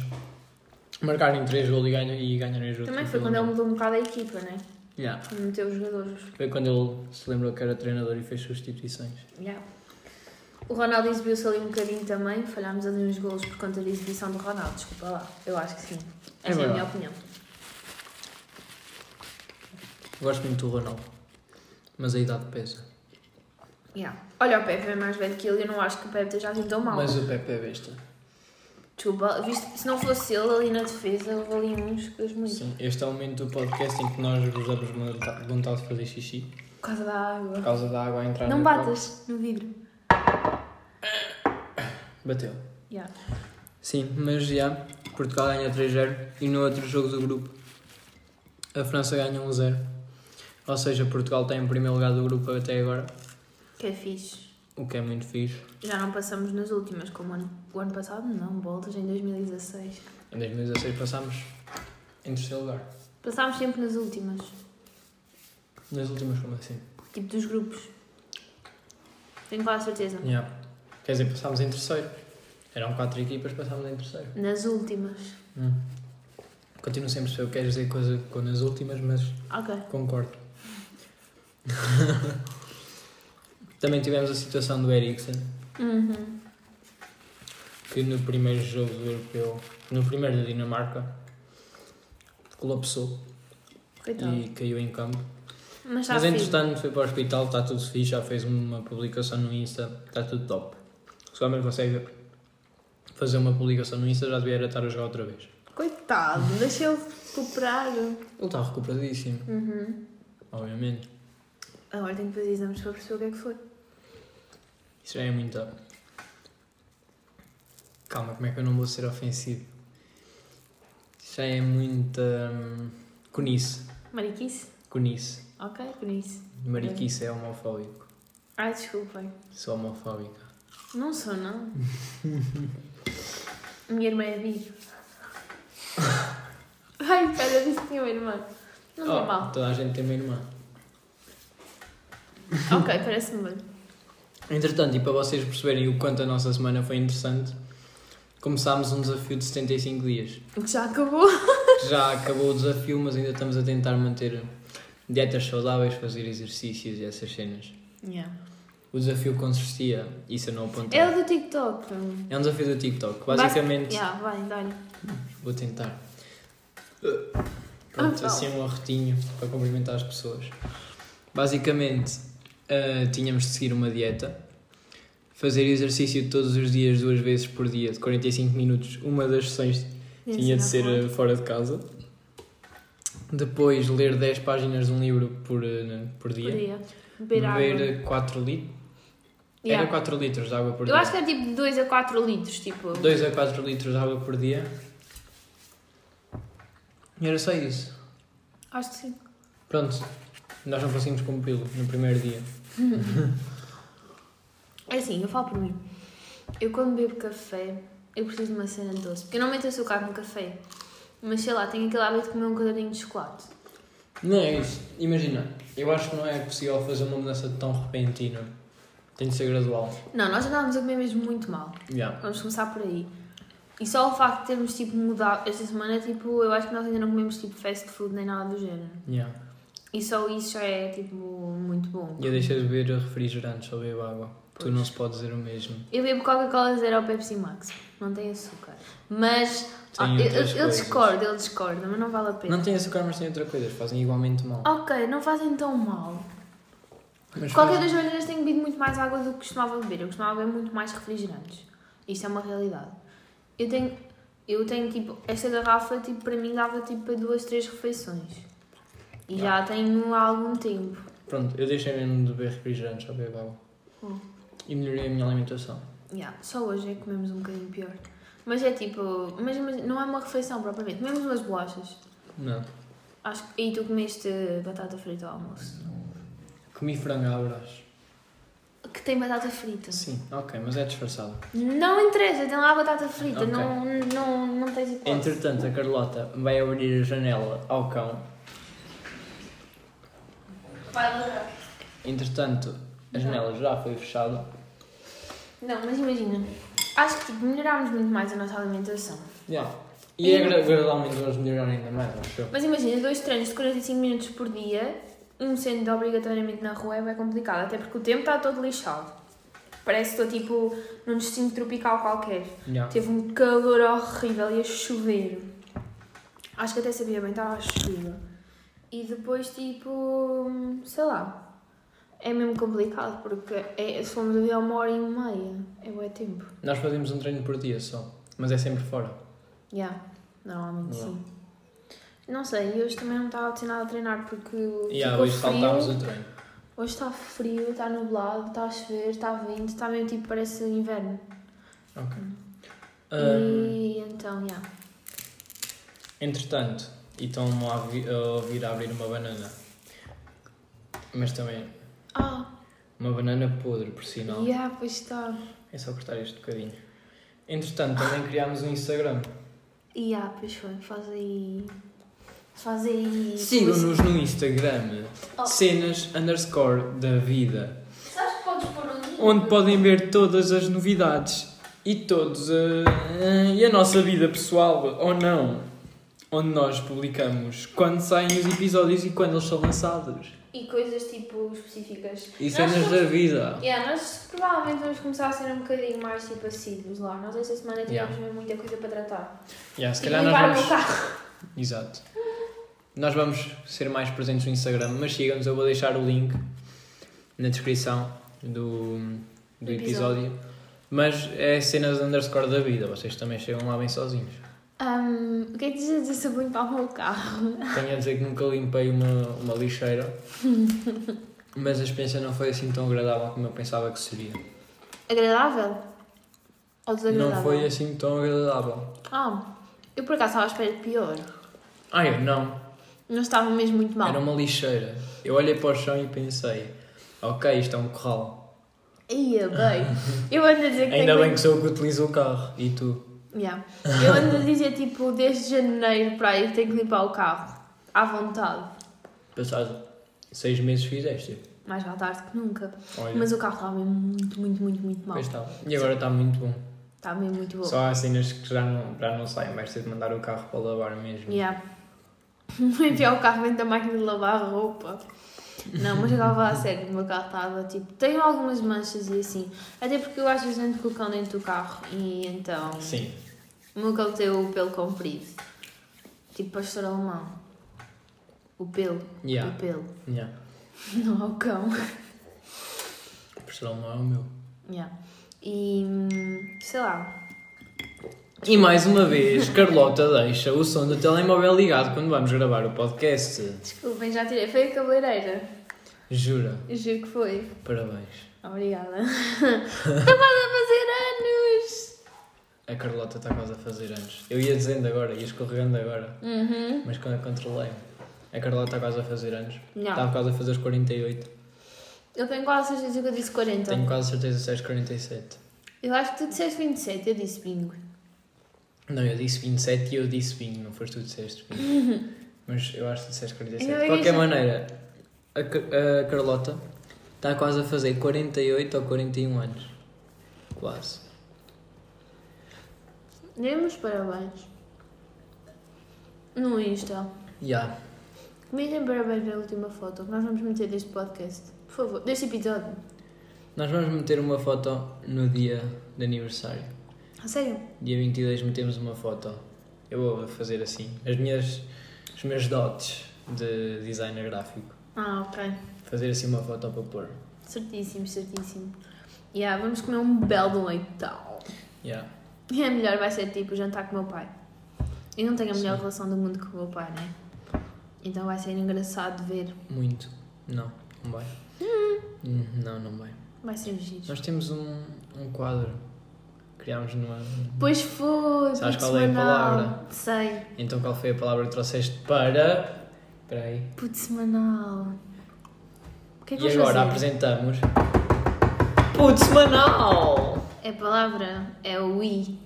Speaker 2: marcarem 3 gols e ganhar e ganharem o jogo.
Speaker 1: Também foi quando ele mudou um bocado a equipa, né?
Speaker 2: Yeah.
Speaker 1: E meteu os jogadores.
Speaker 2: Foi quando ele se lembrou que era treinador e fez substituições.
Speaker 1: Yeah. O Ronaldo exibiu-se ali um bocadinho também. Falhámos ali uns golos por conta da exibição do Ronaldo. Desculpa lá. Eu acho que sim.
Speaker 2: É
Speaker 1: Essa é, a minha
Speaker 2: verdade.
Speaker 1: opinião.
Speaker 2: Eu Gosto muito do Ronaldo, mas a idade pesa.
Speaker 1: Yeah. Olha, o Pepe é mais velho que ele. Eu não acho que o Pepe esteja assim tão mal.
Speaker 2: Mas o Pepe é besta.
Speaker 1: Desculpa, viste, se não fosse ele ali na defesa, houve ali uns que os muito.
Speaker 2: Sim, este é o momento do podcast em que nós vos damos vonta- vontade de fazer xixi
Speaker 1: Por causa da
Speaker 2: por
Speaker 1: água.
Speaker 2: causa da água a entrar
Speaker 1: Não
Speaker 2: no
Speaker 1: batas no vidro.
Speaker 2: copo. Bateu.
Speaker 1: Yeah.
Speaker 2: Sim, mas já, Portugal ganhou 3-0 e no outro jogo do grupo a França ganha 1-0. Ou seja, Portugal está em primeiro lugar do grupo até agora,
Speaker 1: Que é fixe.
Speaker 2: o que é muito fixe.
Speaker 1: Já não passamos nas últimas, como o ano, o ano passado, não, voltas em 2016.
Speaker 2: Em 2016 passámos em terceiro lugar.
Speaker 1: Passámos sempre nas últimas,
Speaker 2: Nas últimas, como assim?
Speaker 1: tipo dos grupos. Tenho quase certeza.
Speaker 2: Yeah. Quer dizer, passámos em terceiro. Eram quatro equipas, passámos em terceiro.
Speaker 1: Nas últimas.
Speaker 2: Hum. Continuo sempre a perceber o que queres dizer coisa com nas últimas, mas
Speaker 1: Ok.
Speaker 2: concordo. Também tivemos a situação do Eriksen,
Speaker 1: Uhum.
Speaker 2: que no primeiro jogo do europeu, no primeiro da Dinamarca, colapsou
Speaker 1: Coitado.
Speaker 2: e caiu em campo.
Speaker 1: Mas tá está
Speaker 2: Mas é
Speaker 1: firme.
Speaker 2: entretanto foi para o hospital, está tudo fixe, já fez uma publicação no Insta, está tudo top. Se o homem consegue fazer uma publicação no Insta, já devia estar a jogar outra vez.
Speaker 1: Coitado, deixa ele recuperar.
Speaker 2: Ele está recuperadíssimo,
Speaker 1: Uhum.
Speaker 2: obviamente.
Speaker 1: Agora tenho que fazer exames para perceber o que é que foi.
Speaker 2: Isso já é muito top. Calma, como é que eu não vou ser ofensivo? Isso já é muita. hum, cunice.
Speaker 1: Mariquice?
Speaker 2: Cunice.
Speaker 1: Ok, por isso.
Speaker 2: Mariquice é homofóbico.
Speaker 1: Ai, desculpem.
Speaker 2: Sou homofóbica.
Speaker 1: Não sou, não. minha irmã é bi. Ai, pera, eu disse que tinha uma irmã. Não tem
Speaker 2: Oh,
Speaker 1: mal.
Speaker 2: Toda a gente tem uma irmã.
Speaker 1: Ok, parece-me bem.
Speaker 2: Entretanto, e para vocês perceberem o quanto a nossa semana foi interessante, começámos um desafio de 75 dias.
Speaker 1: O que já acabou.
Speaker 2: Já acabou o desafio, mas ainda estamos a tentar manter dietas saudáveis, fazer exercícios e essas cenas. O desafio consistia, isso eu não apontei.
Speaker 1: É o do TikTok.
Speaker 2: É um desafio do TikTok.
Speaker 1: Basi-
Speaker 2: Basicamente,
Speaker 1: Yeah, vai, dá-lhe.
Speaker 2: vou tentar. Pronto,
Speaker 1: Ah,
Speaker 2: assim um arretinho para cumprimentar as pessoas. Basicamente, ah, tínhamos de seguir uma dieta, fazer exercício todos os dias, duas vezes por dia, de 45 minutos. Uma das sessões tinha de
Speaker 1: é
Speaker 2: ser ah, fora de casa. Depois, ler 10 páginas de um livro por, ah, por
Speaker 1: é
Speaker 2: dia.
Speaker 1: Podia. Beber água.
Speaker 2: Beber 4 litros.
Speaker 1: Yeah.
Speaker 2: Era 4 litros de água por
Speaker 1: Eu
Speaker 2: dia.
Speaker 1: acho que é tipo 2 a 4 litros, tipo.
Speaker 2: 2 a 4 litros de água por dia. E era só isso.
Speaker 1: Acho que sim.
Speaker 2: Pronto, nós não conseguimos cumpri-lo no primeiro dia.
Speaker 1: É assim, eu falo por mim. Eu quando bebo café, eu preciso de uma cena doce. Porque eu não meto açúcar no café. Mas sei lá, tenho aquele hábito de comer um quadradinho de chocolate.
Speaker 2: Não é isso. Imagina, eu acho que não é possível fazer uma mudança tão repentina. Tem de ser gradual.
Speaker 1: Não, nós andávamos a comer mesmo muito mal.
Speaker 2: Yeah.
Speaker 1: Vamos começar por aí. E só o facto de termos tipo mudado esta semana, tipo, eu acho que nós ainda não comemos tipo fast food nem nada do género.
Speaker 2: Yeah.
Speaker 1: E só isso já é tipo muito bom.
Speaker 2: E eu deixei de beber refrigerantes, só bebo água. Tu
Speaker 1: Pois.
Speaker 2: não se pode dizer o mesmo.
Speaker 1: Eu bebo Coca-Cola zero ou Pepsi Max. Não tem açúcar. Mas
Speaker 2: Tem
Speaker 1: ah, eu,
Speaker 2: outras
Speaker 1: eu- eu
Speaker 2: coisas.
Speaker 1: discordo, eu discordo, mas não vale a pena.
Speaker 2: Não tem açúcar, mas tem outra coisa, fazem igualmente mal.
Speaker 1: Ok, não fazem tão mal.
Speaker 2: Mas
Speaker 1: De qualquer das maneiras tenho bebido muito mais água do que costumava beber. Eu costumava beber muito mais refrigerantes. Isto é uma realidade. Eu tenho, eu tenho tipo, esta garrafa tipo, para mim dava tipo para duas, três refeições. E já tenho há algum tempo.
Speaker 2: Pronto, eu deixei mesmo de beber refrigerantes, só bebo água.
Speaker 1: Hum.
Speaker 2: E melhorei a minha alimentação.
Speaker 1: Yeah, só hoje é que comemos um bocadinho pior. Mas é tipo, mas, mas não é uma refeição propriamente. Comemos umas bolachas.
Speaker 2: Não.
Speaker 1: Acho que, e tu comeste batata frita ao almoço.
Speaker 2: Comi frango à brás.
Speaker 1: Uhum. Que tem batata frita.
Speaker 2: Sim, ok, mas é disfarçado.
Speaker 1: Não interessa, tem lá batata frita.
Speaker 2: Ok.
Speaker 1: Não, não, não tens hipótese.
Speaker 2: Entretanto, a Carlota vai abrir a janela ao cão.
Speaker 1: Vai lá.
Speaker 2: Entretanto, a janela já foi fechada.
Speaker 1: Não, mas imagina, acho que tipo, melhorámos muito mais a nossa alimentação.
Speaker 2: Já. E é gra- gradualmente vamos melhorar ainda mais, acho eu.
Speaker 1: Mas imagina, dois treinos de 45 minutos por dia, um sendo obrigatoriamente na rua, é bem complicado, até porque o tempo está todo lixado. Parece que estou tipo num destino tropical qualquer.
Speaker 2: Já.
Speaker 1: Teve um calor horrível e a chover. Acho que até sabia bem, estava a chover. E depois, tipo, sei lá, é mesmo complicado porque é, se formos a ver, é uma hora e meia. É bué tempo.
Speaker 2: Nós fazemos um treino por dia só, mas é sempre fora.
Speaker 1: Yeah, normalmente
Speaker 2: Yeah.
Speaker 1: sim. Não sei, e hoje também não estava a ter nada a treinar porque
Speaker 2: Já,
Speaker 1: ficou
Speaker 2: hoje
Speaker 1: frio.
Speaker 2: saltámos o treino.
Speaker 1: Hoje está frio, está nublado, está a chover, está vento, está mesmo um tipo parece inverno.
Speaker 2: Ok. Ah,
Speaker 1: E então, já. Yeah.
Speaker 2: Entretanto, e estão-me a, vi- a ouvir abrir uma banana. Mas também,
Speaker 1: Ah,
Speaker 2: uma banana podre, por sinal.
Speaker 1: yeah, pois está.
Speaker 2: É só cortar este bocadinho. Entretanto, também criámos um Instagram.
Speaker 1: Yeah, pois foi. Faz aí. Faz aí.
Speaker 2: Sigam-nos no Instagram.
Speaker 1: Oh.
Speaker 2: Cenas underscore da vida.
Speaker 1: Sabes que podes pôr um link?
Speaker 2: Onde podem ver todas as novidades. E todos. eh, eh, e a nossa vida pessoal, ou não. Onde nós publicamos quando saem os episódios e quando eles são lançados.
Speaker 1: E coisas tipo específicas.
Speaker 2: E
Speaker 1: Nós
Speaker 2: cenas
Speaker 1: somos-
Speaker 2: da vida.
Speaker 1: Yeah, nós provavelmente vamos começar a ser um bocadinho mais tipo assíduos lá. Nós esta semana tivemos
Speaker 2: Yeah.
Speaker 1: mesmo muita coisa para tratar.
Speaker 2: Yeah, se
Speaker 1: e
Speaker 2: calhar nós
Speaker 1: limpar o meu
Speaker 2: vamos.
Speaker 1: carro.
Speaker 2: Exato. Nós vamos ser mais presentes no Instagram, mas sigam-nos, eu vou deixar o link na descrição do, do
Speaker 1: Do episódio.
Speaker 2: episódio. Mas é cenas underscore da vida, vocês também chegam lá bem sozinhos.
Speaker 1: Ahm, o que é que tens a dizer sobre limpar o meu carro?
Speaker 2: Tenho a dizer que nunca limpei uma, uma lixeira, mas a experiência não foi assim tão agradável como eu pensava que seria.
Speaker 1: Agradável? Ou desagradável?
Speaker 2: Não foi assim tão agradável.
Speaker 1: Ah, eu por acaso estava à espera de pior.
Speaker 2: Ah, eu não.
Speaker 1: Não estava mesmo muito mal.
Speaker 2: Era um- uma lixeira. Eu olhei para o chão e pensei: ok, isto é um corral.
Speaker 1: Ia bem. Eu ando a dizer que
Speaker 2: Ainda
Speaker 1: tenho...
Speaker 2: bem que sou eu que utilizo o carro. E tu?
Speaker 1: Yeah. Eu ando a dizer, tipo, desde janeiro para aí que tenho que limpar o carro. À vontade.
Speaker 2: Passado seis meses fizeste. tipo.
Speaker 1: Mais à tarde que nunca.
Speaker 2: Olha,
Speaker 1: Mas o carro estava mesmo muito, muito, muito, muito mal.
Speaker 2: pois está. E agora está muito bom.
Speaker 1: Estava mesmo muito bom.
Speaker 2: Só há cenas que já não, já não saem. Vais ter de mandar o carro para lavar mesmo.
Speaker 1: Yeah. Vou enfiar o carro dentro da máquina de lavar a roupa. Não, mas agora vá a sério, o meu carro estava tipo. Tenho algumas manchas e assim. Até porque eu às vezes ando com o cão dentro do carro e então.
Speaker 2: Sim.
Speaker 1: O meu cão tem o pelo comprido. Tipo pastor alemão. O pelo.
Speaker 2: Yeah.
Speaker 1: O pelo.
Speaker 2: Yeah.
Speaker 1: Não é o cão.
Speaker 2: Por sinal, não é o meu.
Speaker 1: Yeah. E. hum, sei lá.
Speaker 2: E mais uma vez, Carlota deixa o som do telemóvel ligado quando vamos gravar o podcast.
Speaker 1: Desculpem, já tirei. Foi a cabeleireira.
Speaker 2: Jura.
Speaker 1: Eu Juro que foi.
Speaker 2: Parabéns.
Speaker 1: Obrigada. Estava a fazer anos!
Speaker 2: A Carlota está quase a fazer anos. Eu ia dizendo agora, ia escorregando agora.
Speaker 1: Uhum.
Speaker 2: Mas quando eu controlei. A Carlota está quase a fazer anos.
Speaker 1: Não.
Speaker 2: Estava quase a fazer os 48.
Speaker 1: Eu tenho quase certeza que eu disse 40.
Speaker 2: Tenho quase certeza que disseste 47.
Speaker 1: Eu acho que tu disseste 27, eu disse bingo.
Speaker 2: Não, eu disse 27 e eu disse 20, não foste tu que disseste 20. Mas eu acho que disseste 47.
Speaker 1: Eu
Speaker 2: De qualquer
Speaker 1: disse-
Speaker 2: maneira, a, Ca- a Carlota está quase a fazer 48 ou 41 anos. Quase.
Speaker 1: Demos parabéns. No Insta.
Speaker 2: Já.
Speaker 1: Comentem parabéns na última foto que nós vamos meter deste podcast. Por favor, deste episódio.
Speaker 2: Nós vamos meter uma foto no dia de aniversário.
Speaker 1: A sério?
Speaker 2: Dia 22 metemos uma foto. Eu vou fazer assim. As minhas, os meus dotes de designer gráfico.
Speaker 1: Ah, ok.
Speaker 2: Fazer assim uma foto para pôr.
Speaker 1: Certíssimo, certíssimo. Yeah, vamos comer um belo leitão.
Speaker 2: Yeah.
Speaker 1: E a melhor vai ser tipo jantar com o meu pai. Eu não tenho a melhor
Speaker 2: Sim.
Speaker 1: relação do mundo com o meu pai, né? Então vai ser engraçado ver.
Speaker 2: Muito. Não, não vai. Hum, Não, não vai.
Speaker 1: Vai ser giro.
Speaker 2: Nós temos um, um quadro. Criámos numa.
Speaker 1: Pois foi,
Speaker 2: Sabes
Speaker 1: porque
Speaker 2: qual é a
Speaker 1: semanal.
Speaker 2: palavra?
Speaker 1: Sei.
Speaker 2: Então qual foi a palavra que trouxeste para. Espera aí.
Speaker 1: Puto semanal. O que é que
Speaker 2: e
Speaker 1: vais
Speaker 2: agora
Speaker 1: fazer?
Speaker 2: apresentamos. Puto semanal!
Speaker 1: A palavra é o i.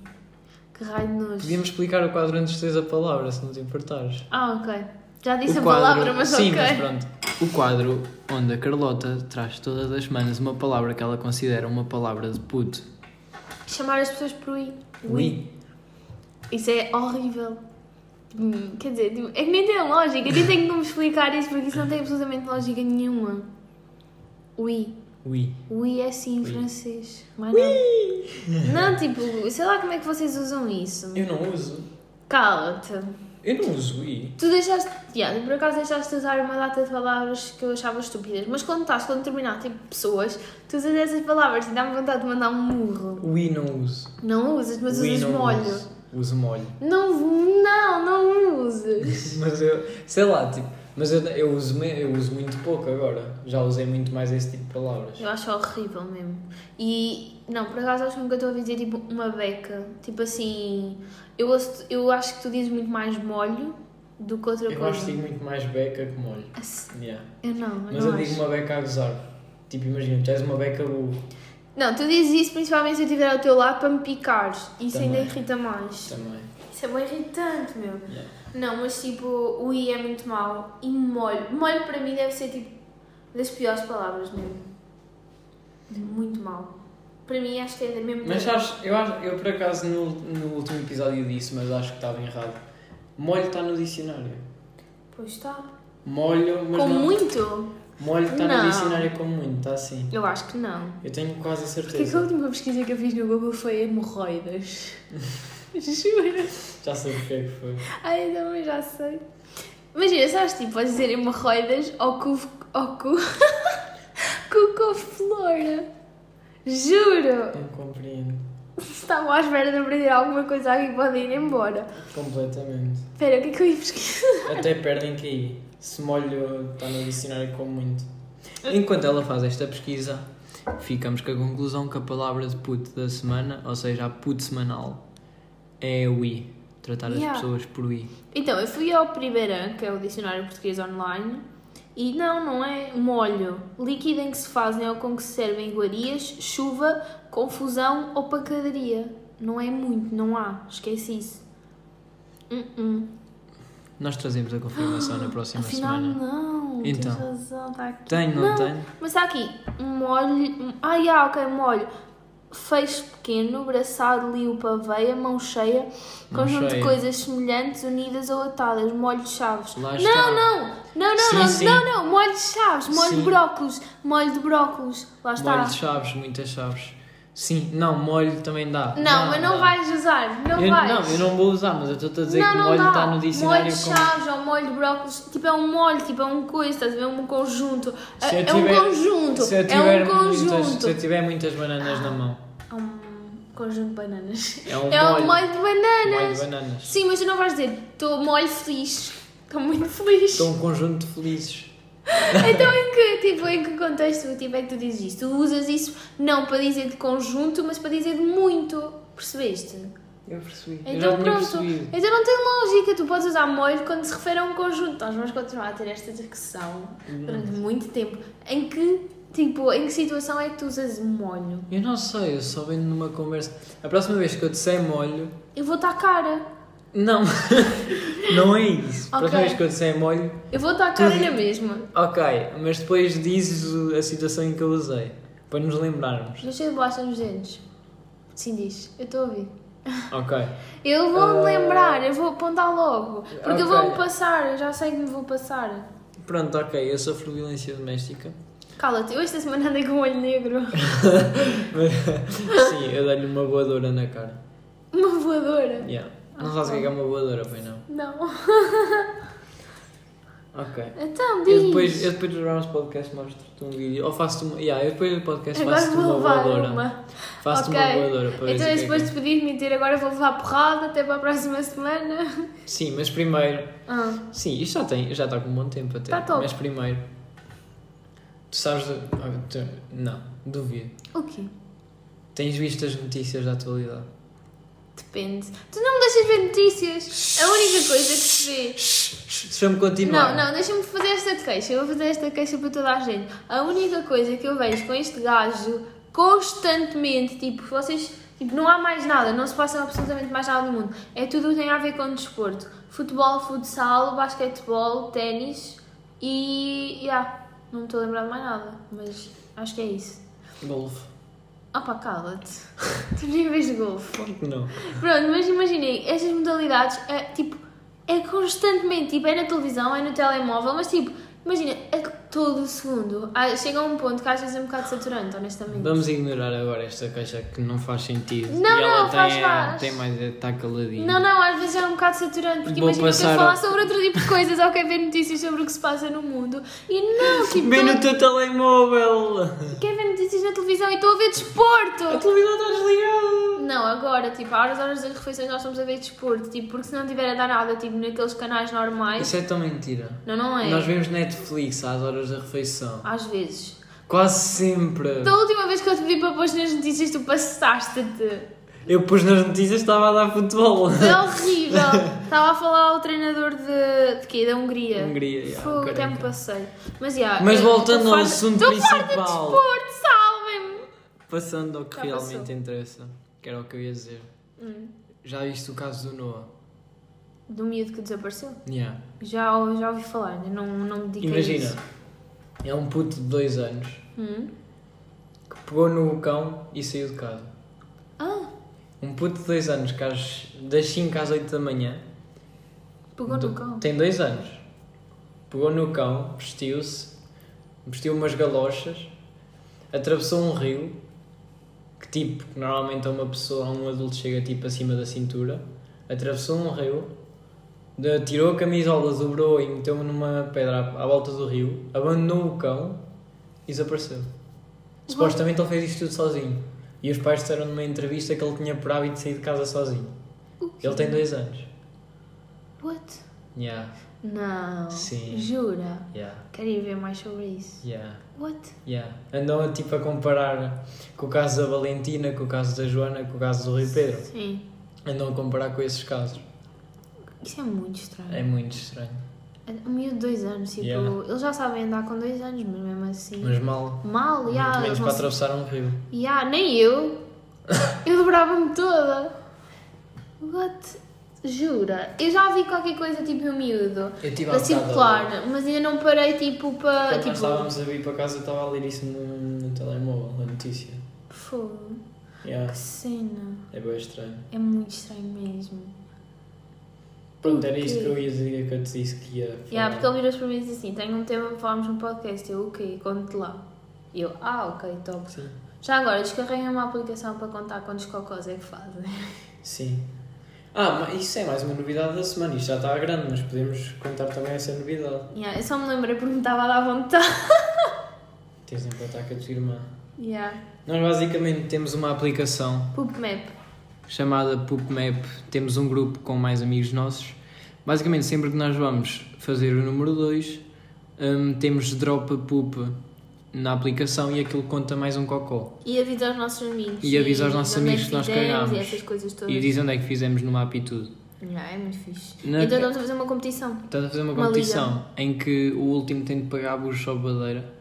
Speaker 1: Que raio de nojo.
Speaker 2: Podíamos explicar o quadro antes de dizer a palavra, se não te importares.
Speaker 1: Ah, ok. Já disse
Speaker 2: O
Speaker 1: a
Speaker 2: quadro-
Speaker 1: palavra, mas
Speaker 2: Sim,
Speaker 1: ok.
Speaker 2: mas pronto. O quadro onde a Carlota traz todas as semanas uma palavra que ela considera uma palavra de puto.
Speaker 1: Chamar as pessoas por i.
Speaker 2: Ui.
Speaker 1: Isso é horrível. Hum, Quer dizer, tipo, é que nem tem lógica. Eu tenho como explicar isso porque isso não tem absolutamente lógica nenhuma. Oui.
Speaker 2: Ui.
Speaker 1: Oui é sim em
Speaker 2: Oui.
Speaker 1: francês. Mas não. não, tipo, sei lá como é que vocês usam isso.
Speaker 2: Eu não uso.
Speaker 1: Cala-te.
Speaker 2: Eu não uso ui.
Speaker 1: Tu deixaste. Yeah, por acaso deixaste de usar uma data de palavras que eu achava estúpidas, mas quando estás com um determinado tipo de pessoas, tu usas essas palavras e dá-me vontade de mandar um murro.
Speaker 2: Ui não uso.
Speaker 1: Não usas, mas
Speaker 2: Ui,
Speaker 1: usas
Speaker 2: não
Speaker 1: molho.
Speaker 2: Uso, uso molho.
Speaker 1: Não, não, não usas.
Speaker 2: Mas eu, sei lá, tipo, Mas eu, eu, uso, me- eu uso muito pouco agora. Já usei muito mais esse tipo de palavras.
Speaker 1: Eu acho horrível mesmo. E não, por acaso acho que nunca estou a dizer tipo uma beca. Tipo assim, eu, ouço- eu acho que tu dizes muito mais molho do que outra
Speaker 2: Eu
Speaker 1: coisa.
Speaker 2: acho que digo muito mais beca que molho.
Speaker 1: A s-
Speaker 2: Yeah.
Speaker 1: Eu não, eu
Speaker 2: Mas
Speaker 1: não
Speaker 2: eu
Speaker 1: acho.
Speaker 2: digo uma beca a gozar. Tipo, imagina, tu és uma beca burro.
Speaker 1: Não, tu dizes isso principalmente se eu estiver ao teu lado para me picares. Isso
Speaker 2: Também.
Speaker 1: ainda irrita mais.
Speaker 2: Também.
Speaker 1: Tá Isso é bem irritante, meu.
Speaker 2: Yeah.
Speaker 1: Não, mas tipo, o i é muito mau. E molho. Molho para mim deve ser tipo das piores palavras mesmo. Muito mau. Para mim acho que é mesmo.
Speaker 2: Mas acho, eu, acho, eu por acaso no, no último episódio disse, mas acho que estava errado. Molho está no dicionário.
Speaker 1: Pois tá. está.
Speaker 2: Molho, mas
Speaker 1: Com
Speaker 2: não.
Speaker 1: muito?
Speaker 2: Molho está no
Speaker 1: Não.
Speaker 2: dicionário como muito, está assim.
Speaker 1: Eu acho que não.
Speaker 2: Eu tenho quase a
Speaker 3: Porque é que a
Speaker 2: certeza.
Speaker 3: última pesquisa que eu fiz no Google foi hemorroidas. Juro.
Speaker 2: Já sei porque é que foi.
Speaker 3: Ai, também já sei.
Speaker 1: Imagina, sabes tipo, podes dizer hemorroidas ou cu. ou cu.
Speaker 3: Cucoflora. Juro.
Speaker 2: Não compreendo.
Speaker 3: Estavam à espera de aprender alguma coisa aqui pode ir embora.
Speaker 2: Completamente.
Speaker 3: Espera, o que é que eu ia pesquisar?
Speaker 2: Até perdem que aí. Se molho está no dicionário como muito. Enquanto ela faz esta pesquisa, ficamos com a conclusão que a palavra de puto da semana, ou seja, a puto semanal, é o i. Tratar
Speaker 1: Yeah.
Speaker 2: as pessoas por i.
Speaker 1: Então, eu fui ao Primeirão, que é o dicionário português online, e não, não é molho. Líquido em que se fazem ou com que se servem iguarias, chuva, confusão ou pacadaria. Não é muito, não há. Esquece isso. Uh -uh.
Speaker 2: Nós trazemos a confirmação na próxima
Speaker 1: Afinal,
Speaker 2: semana.
Speaker 1: não.
Speaker 2: Então.
Speaker 1: Tens razão, está aqui.
Speaker 2: Tenho, não,
Speaker 1: Não.
Speaker 2: tenho?
Speaker 1: Mas está aqui, um molho. Ah, yeah, ok, molho. Feixe pequeno, braçado, lio, paveia, mão cheia,
Speaker 2: Mão
Speaker 1: conjunto
Speaker 2: cheia.
Speaker 1: de coisas semelhantes, unidas ou atadas, molho de chaves.
Speaker 2: Lá
Speaker 1: não,
Speaker 2: está.
Speaker 1: não, não, não,
Speaker 2: Sim,
Speaker 1: não,
Speaker 2: sim.
Speaker 1: não, não, molho de chaves, molho
Speaker 2: Sim.
Speaker 1: de brócolos, molho de brócolos, lá está.
Speaker 2: Molho de chaves, muitas chaves. Sim, não, molho também dá.
Speaker 1: Não,
Speaker 2: Dá,
Speaker 1: mas não
Speaker 2: dá.
Speaker 1: vais usar, não
Speaker 2: eu,
Speaker 1: vais.
Speaker 2: Não, eu não vou usar, mas eu estou a dizer
Speaker 1: Não,
Speaker 2: que
Speaker 1: não
Speaker 2: molho
Speaker 1: dá.
Speaker 2: está no dicionário
Speaker 1: Molho de
Speaker 2: como.
Speaker 1: chaves ou molho de brócolis, tipo é um molho, tipo é um coisa, estás a ver? Um conjunto. é
Speaker 2: Se eu
Speaker 1: é um
Speaker 2: tiver-
Speaker 1: conjunto,
Speaker 2: Se eu
Speaker 1: é
Speaker 2: tiver,
Speaker 1: um
Speaker 2: muitas,
Speaker 1: conjunto.
Speaker 2: se eu tiver muitas bananas na mão,
Speaker 1: É um conjunto de bananas.
Speaker 2: é um
Speaker 1: É
Speaker 2: molho.
Speaker 1: um molho de
Speaker 2: molho
Speaker 1: bananas.
Speaker 2: de bananas.
Speaker 1: Sim, mas tu não vais dizer, estou molho feliz. Estou muito feliz.
Speaker 2: São um conjunto de felizes.
Speaker 1: Então em que, tipo, em que contexto tipo, é que tu dizes isso? Tu usas isso não para dizer de conjunto, mas para dizer de muito. Percebeste?
Speaker 2: Eu percebi. eu já
Speaker 1: Então
Speaker 2: tinha
Speaker 1: pronto.
Speaker 2: percebido.
Speaker 1: Então não tem lógica. Tu podes usar molho quando se refere a um conjunto. Nós vamos continuar a ter esta discussão durante muito tempo. Em que, tipo, em que situação é que tu usas molho?
Speaker 2: Eu não sei, eu só venho numa conversa. A próxima vez que eu disser molho.
Speaker 1: Eu vou estar cara.
Speaker 2: Não, não é isso. A
Speaker 1: Ok.
Speaker 2: próxima vez que eu disser molho,
Speaker 1: Eu vou estar cara
Speaker 2: Tu-
Speaker 1: na mesma.
Speaker 2: ok, mas depois dizes o- a situação em que eu usei. Para nos lembrarmos.
Speaker 1: Não sei de bolacha nos dentes. Sim, diz. Eu estou a ouvir.
Speaker 2: Ok.
Speaker 1: Eu vou-me
Speaker 2: Ah.
Speaker 1: lembrar, eu vou apontar logo. Porque eu
Speaker 2: Ok.
Speaker 1: vou-me passar, eu já sei que me vou passar.
Speaker 2: Pronto, ok, eu sofro violência doméstica.
Speaker 1: Cala-te, eu esta semana andei com o olho negro.
Speaker 2: Sim, eu dei-lhe uma voadora na cara.
Speaker 1: Uma voadora.
Speaker 2: Yeah. Não sabes o que é que é uma voadora, pois não.
Speaker 1: Não.
Speaker 2: Ok.
Speaker 1: Então, diz.
Speaker 2: Eu depois, eu depois de gravarmos o podcast mostro-te um vídeo. Ou faço-te uma. Yeah, eu depois do podcast
Speaker 1: Agora
Speaker 2: faço-te
Speaker 1: vou
Speaker 2: uma
Speaker 1: levar
Speaker 2: voadora.
Speaker 1: uma.
Speaker 2: Faço-te
Speaker 1: Ok.
Speaker 2: uma voadora para
Speaker 1: Então,
Speaker 2: ver se o que é
Speaker 1: depois
Speaker 2: que
Speaker 1: de pedir mentir, agora vou levar porrada até para a próxima semana.
Speaker 2: é. Sim, mas primeiro.
Speaker 1: Ah,
Speaker 2: Sim, isto já, tem, já está com um bom tempo até.
Speaker 1: Tá top.
Speaker 2: Mas primeiro. Tu sabes. do- ah, tu- Não, duvido.
Speaker 1: o quê?
Speaker 2: Tens visto as notícias da atualidade?
Speaker 1: Depende. Tu não me deixas ver notícias. A única coisa que se vê.
Speaker 2: Deixa-me
Speaker 1: Não,
Speaker 2: continuar.
Speaker 1: não, deixa-me fazer esta queixa. Eu vou fazer esta queixa para toda a gente. A única coisa que eu vejo com este gajo constantemente, tipo, vocês. Tipo, não há mais nada, não se passa absolutamente mais nada no mundo. É tudo o que tem a ver com desporto: futebol, futsal, basquetebol, ténis e. Yeah, não me estou a lembrar de mais nada, mas acho que é isso.
Speaker 2: Golfe.
Speaker 1: Opa, Ah cala-te. tu nem vês golfe.
Speaker 2: Claro que não.
Speaker 1: Pronto, mas imaginem, estas modalidades é tipo, é constantemente, tipo, é na televisão, é no telemóvel, mas tipo, imagina, é- todo o segundo. Ah, chega a um ponto que às vezes é um bocado saturante, honestamente.
Speaker 2: Vamos ignorar agora esta caixa que não faz sentido.
Speaker 1: Não,
Speaker 2: e ela
Speaker 1: não,
Speaker 2: tem,
Speaker 1: faz,
Speaker 2: é,
Speaker 1: faz.
Speaker 2: tem mais. tá Está caladinha.
Speaker 1: Não, não, às vezes é um bocado saturante, porque
Speaker 2: Vou
Speaker 1: imagina que eu
Speaker 2: passar
Speaker 1: quero falar
Speaker 2: ao-
Speaker 1: sobre outro tipo de coisas ou quero ver notícias sobre o que se passa no mundo e não, tipo,
Speaker 2: Vê no
Speaker 1: tô...
Speaker 2: teu telemóvel!
Speaker 1: quero ver notícias na televisão e estou a ver desporto!
Speaker 2: A televisão está desligada!
Speaker 1: Não, agora, tipo, às horas, horas das refeições nós estamos a ver desporto, tipo, porque se não tiver a dar nada, tipo, naqueles canais normais,
Speaker 2: Isso é tão mentira.
Speaker 1: não, não é?
Speaker 2: Nós vemos Netflix às horas da refeição.
Speaker 1: Às vezes.
Speaker 2: Quase sempre.
Speaker 1: Da última vez que eu te vi para pôr nas notícias, tu passaste-te.
Speaker 2: Eu pus nas notícias estava a dar futebol.
Speaker 1: Foi horrível. Estava a falar ao treinador de, de quê? Da Hungria.
Speaker 2: Hungria, já,
Speaker 1: Fogo,
Speaker 2: careca.
Speaker 1: até me passei. Mas, já,
Speaker 2: Mas
Speaker 1: eu-
Speaker 2: voltando
Speaker 1: tô
Speaker 2: ao
Speaker 1: farta-
Speaker 2: assunto
Speaker 1: tô farta de
Speaker 2: principal.
Speaker 1: desporto, salvem-me.
Speaker 2: Passando ao que
Speaker 1: Já
Speaker 2: realmente
Speaker 1: passou.
Speaker 2: interessa, que era o que eu ia dizer.
Speaker 1: Hum.
Speaker 2: Já viste o caso do Noah?
Speaker 1: Do miúdo que desapareceu.
Speaker 2: Yeah.
Speaker 1: Já, já ouvi falar, ainda não, não me dediquei a
Speaker 2: Imagina,
Speaker 1: isso.
Speaker 2: é um puto de dois anos
Speaker 1: Hum?
Speaker 2: que pegou no cão e saiu de casa.
Speaker 1: Ah,
Speaker 2: Um puto de dois anos que às, das 5 às 8 da manhã
Speaker 1: pegou
Speaker 2: Do-
Speaker 1: no cão.
Speaker 2: Tem dois anos. Pegou no cão, vestiu-se, vestiu umas galochas, atravessou um rio, que tipo, que normalmente a uma pessoa, a um adulto chega tipo acima da cintura, atravessou um rio, de- tirou a camisola, dobrou e meteu-me numa pedra à, à volta do rio, abandonou o cão e desapareceu. Supostamente ele fez isto tudo sozinho. E os pais disseram numa entrevista que ele tinha por hábito sair de casa sozinho.
Speaker 1: O quê?
Speaker 2: Ele tem dois anos.
Speaker 1: What?
Speaker 2: Yeah,
Speaker 1: Não.
Speaker 2: Sim.
Speaker 1: Jura?
Speaker 2: yeah,
Speaker 1: Quero ir ver mais sobre isso.
Speaker 2: yeah.
Speaker 1: What?
Speaker 2: Yeah. Andam tipo a comparar com o caso da Valentina, com o caso da Joana, com o caso do Rui Pedro.
Speaker 1: Sim.
Speaker 2: Andam a comparar com esses casos.
Speaker 1: Isso é muito estranho.
Speaker 2: É muito estranho.
Speaker 1: Um miúdo de dois anos, tipo,
Speaker 2: Yeah.
Speaker 1: eles já sabem andar com dois anos, mas mesmo assim.
Speaker 2: Mas mal.
Speaker 1: Mal,
Speaker 2: muito
Speaker 1: já,
Speaker 2: menos
Speaker 1: eles
Speaker 2: para
Speaker 1: não se...
Speaker 2: atravessar um rio.
Speaker 1: já, nem eu. Eu dobrava-me toda. What? Jura? Eu já vi qualquer coisa tipo no miúdo.
Speaker 2: Eu tive
Speaker 1: A circular, mas ainda não parei tipo para.
Speaker 2: Quando nós
Speaker 1: Tipo,
Speaker 2: estávamos a vir para casa, eu estava a ler isso no, no telemóvel, na notícia.
Speaker 1: fogo.
Speaker 2: Yeah.
Speaker 1: Que cena.
Speaker 2: É bem estranho.
Speaker 1: É muito estranho mesmo.
Speaker 2: Pronto,
Speaker 1: O
Speaker 2: era isso
Speaker 1: quê?
Speaker 2: que eu ia dizer que eu te disse que ia falar.
Speaker 1: Yeah, porque ele virou-se para mim e disse assim: Tenho um tema para falarmos num podcast. Eu, o quê? Conte lá. E eu, ah, ok, top.
Speaker 2: Sim.
Speaker 1: Já agora, descarreguem uma aplicação para contar quantos cocós é que fazem.
Speaker 2: Sim. Ah, mas isso é mais uma novidade da semana. Isto já estava grande, mas podemos contar também essa novidade.
Speaker 1: Yeah, eu só me lembrei porque me estava a dar vontade.
Speaker 2: Tens em contar que a tua irmã.
Speaker 1: Yeah.
Speaker 2: Nós basicamente temos uma aplicação
Speaker 1: Poop Map.
Speaker 2: chamada PoopMap, temos um grupo com mais amigos nossos. Basicamente, sempre que nós vamos fazer o número 2, temos drop a poop na aplicação e aquilo conta mais um cocó.
Speaker 1: E avisa aos nossos amigos.
Speaker 2: E avisa aos nossos
Speaker 1: onde é
Speaker 2: amigos que nós
Speaker 1: fizemos
Speaker 2: cagámos.
Speaker 1: E essas coisas todas.
Speaker 2: E diz onde é que fizemos no mapa e tudo.
Speaker 1: Yeah, é muito fixe.
Speaker 2: Na-
Speaker 1: Então estamos a fazer uma competição.
Speaker 2: Estás a fazer uma
Speaker 1: Uma
Speaker 2: competição em que o último tem de pagar a bucha ou badeira.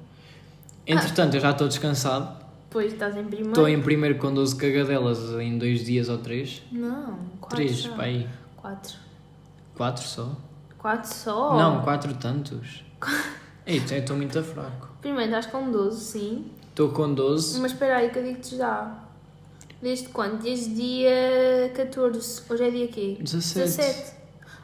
Speaker 2: Entretanto, eu já estou descansado.
Speaker 1: Pois estás em primeiro.
Speaker 2: Estou em primeiro com 12 cagadelas em dois dias ou três.
Speaker 1: Não, quatro.
Speaker 2: Três,
Speaker 1: só.
Speaker 2: pá aí.
Speaker 1: Quatro.
Speaker 2: Quatro só.
Speaker 1: Quatro só?
Speaker 2: Não, quatro tantos. Ei, estou muito fraco.
Speaker 1: Primeiro estás com 12, sim.
Speaker 2: Estou com 12.
Speaker 1: Mas espera aí que eu digo-te já. Desde quando? Desde dia 14. Hoje é dia quê?
Speaker 2: 17.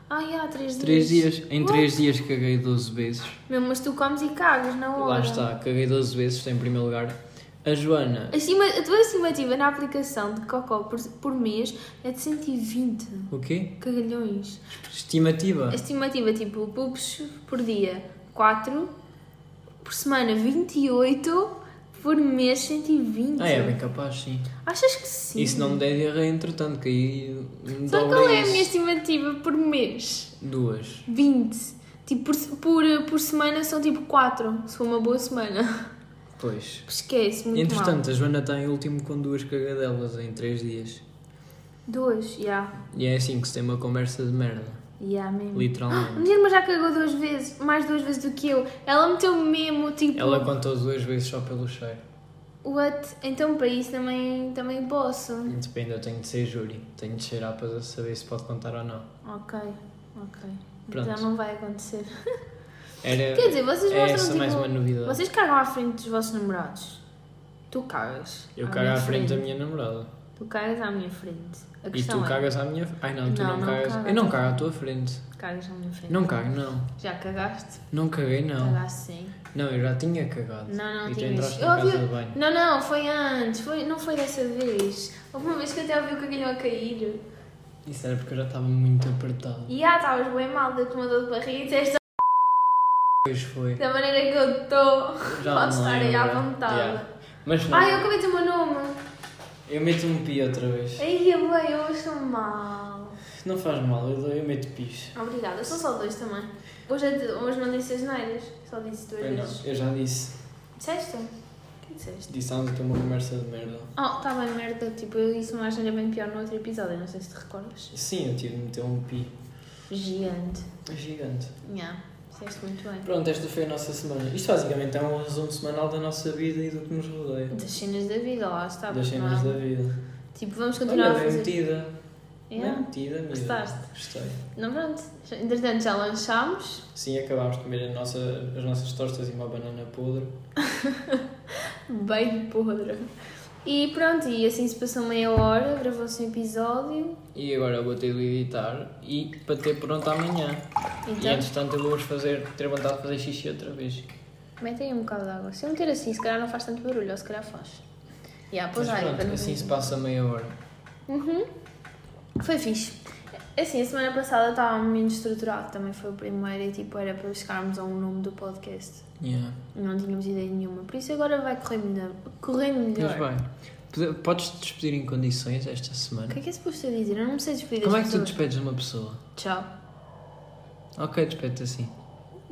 Speaker 1: Ah, já, 3 dias.
Speaker 2: 3 dias. Em 3 dias caguei 12 vezes.
Speaker 1: Mesmo, mas tu comes e cagas na hora.
Speaker 2: Lá está, caguei 12 vezes, estou em primeiro lugar. A Joana,
Speaker 1: Acima- a tua estimativa na aplicação de cocó por, por mês é de 120
Speaker 2: o quê?
Speaker 1: cagalhões.
Speaker 2: Estimativa.
Speaker 1: A estimativa tipo pups por dia 4, por semana 28, por mês 120.
Speaker 2: Ah, é bem capaz, sim.
Speaker 1: Achas que sim?
Speaker 2: E se não me der diarreia, entretanto, caí. um me
Speaker 1: Sabe qual
Speaker 2: dobra
Speaker 1: é a minha
Speaker 2: isso.
Speaker 1: estimativa por mês?
Speaker 2: Duas.
Speaker 1: 20. Tipo, por, por, por semana são tipo 4, se for uma boa semana.
Speaker 2: Pois.
Speaker 1: Esquece, muito mal.
Speaker 2: Entretanto, a Joana está em último com duas cagadelas em 3 dias.
Speaker 1: Duas, já. Yeah.
Speaker 2: E é assim que se tem uma conversa de merda.
Speaker 1: Yeah, mesmo.
Speaker 2: Literalmente.
Speaker 1: Minha irmã já cagou duas vezes, mais duas vezes do que eu. Ela meteu mesmo, tipo,
Speaker 2: Ela contou duas vezes só pelo cheiro.
Speaker 1: what? Então para isso também, também posso.
Speaker 2: Depende, eu tenho de ser júri. Tenho de cheirar para saber se pode contar ou não.
Speaker 1: Ok, ok.
Speaker 2: Pronto.
Speaker 1: Então não vai acontecer.
Speaker 2: Era
Speaker 1: Quer dizer, vocês
Speaker 2: é essa
Speaker 1: mostram
Speaker 2: mais uma
Speaker 1: tipo.
Speaker 2: novidade.
Speaker 1: Vocês cagam à frente dos vossos namorados. Tu cagas.
Speaker 2: Eu
Speaker 1: à
Speaker 2: cago à
Speaker 1: minha
Speaker 2: frente da minha namorada.
Speaker 1: Tu cagas à minha frente. A
Speaker 2: E
Speaker 1: questão
Speaker 2: tu
Speaker 1: é,
Speaker 2: cagas à minha. Ai não, tu
Speaker 1: Não,
Speaker 2: não,
Speaker 1: não
Speaker 2: cagas.
Speaker 1: cago.
Speaker 2: Eu não cago à tua frente.
Speaker 1: cagas à minha frente.
Speaker 2: Não cago, não.
Speaker 1: Já cagaste?
Speaker 2: Não caguei, não.
Speaker 1: Cagaste sim.
Speaker 2: Não, eu já tinha
Speaker 1: Tá
Speaker 2: cagado.
Speaker 1: assim. Não, não
Speaker 2: e tu
Speaker 1: tinhas.
Speaker 2: entraste
Speaker 1: Eu
Speaker 2: na casa
Speaker 1: ouvi-
Speaker 2: de banho.
Speaker 1: Não, não, foi antes. Foi, não foi dessa vez. Houve uma vez que eu até ouvi o cagalhão a cair.
Speaker 2: Isso era porque eu já estava muito apertado.
Speaker 1: E ah, estavas bem mal da tua dor de barriga e disseste
Speaker 2: Pois foi.
Speaker 1: da maneira que eu estou.
Speaker 2: Já
Speaker 1: Podes
Speaker 2: me
Speaker 1: estar aí à
Speaker 2: lembro.
Speaker 1: vontade.
Speaker 2: Yeah. Mas não.
Speaker 1: Ai, eu acabei de dizer o meu nome.
Speaker 2: Eu meto um pi outra vez.
Speaker 1: Ai, eu bem, eu estou mal.
Speaker 2: Não faz mal, eu, dou- eu meto pis.
Speaker 1: Obrigada, eu sou só dois também. Hoje, é de- hoje não disse as neiras, só disse duas
Speaker 2: Eu
Speaker 1: vezes.
Speaker 2: não, eu já disse.
Speaker 1: Disseste? O que disseste?
Speaker 2: Disse antes que é uma conversa de merda.
Speaker 1: Oh, tá bem, merda. Tipo, eu disse uma asneira bem pior no outro episódio, não sei se te recordas.
Speaker 2: Sim, eu tive de meter um pi.
Speaker 1: Gigante.
Speaker 2: É Gigante.
Speaker 1: Nha, disseste muito bem.
Speaker 2: Pronto, esta foi a nossa semana. Isto basicamente é um resumo semanal da nossa vida e do que nos rodeia.
Speaker 1: Das cenas da vida, lá está.
Speaker 2: É. das
Speaker 1: porque
Speaker 2: cenas
Speaker 1: não-
Speaker 2: da vida.
Speaker 1: Tipo, vamos continuar
Speaker 2: Olha,
Speaker 1: a
Speaker 2: bem
Speaker 1: fazer.
Speaker 2: metida. Bem
Speaker 1: Yeah.
Speaker 2: metida, amiga.
Speaker 1: Gostaste?
Speaker 2: Gostei.
Speaker 1: Não, pronto. Já- Entretanto, já lanchámos.
Speaker 2: Sim, acabámos de comer a nossa, as nossas tostas e uma banana podre.
Speaker 1: Bem podre. E pronto, e assim se passou meia hora, gravou-se um episódio.
Speaker 2: E agora eu vou ter de editar e para ter pronto amanhã. E
Speaker 1: Então,
Speaker 2: entretanto eu vou-vos fazer, ter vontade de fazer xixi outra vez.
Speaker 1: metem aí um bocado de água. Se eu meter assim, se calhar não faz tanto barulho, ou se calhar faz. Já, pois
Speaker 2: Mas
Speaker 1: aí,
Speaker 2: pronto,
Speaker 1: para não-
Speaker 2: assim se passa meia hora.
Speaker 1: Uhum. Foi fixe. Assim, a semana passada estava menos estruturado, também foi o primeiro e tipo era para chegarmos a um nome do podcast.
Speaker 2: Yeah.
Speaker 1: Não tínhamos ideia nenhuma, por isso agora vai correr melhor. Correr
Speaker 2: Mas
Speaker 1: melhor.
Speaker 2: bem, pode- podes te despedir em condições esta semana?
Speaker 1: O que é que é suposto eu dizer? Eu não me sei despedir
Speaker 2: Como é
Speaker 1: das
Speaker 2: que tu
Speaker 1: pessoas.
Speaker 2: despedes uma pessoa?
Speaker 1: Tchau.
Speaker 2: Ok, despede-te assim.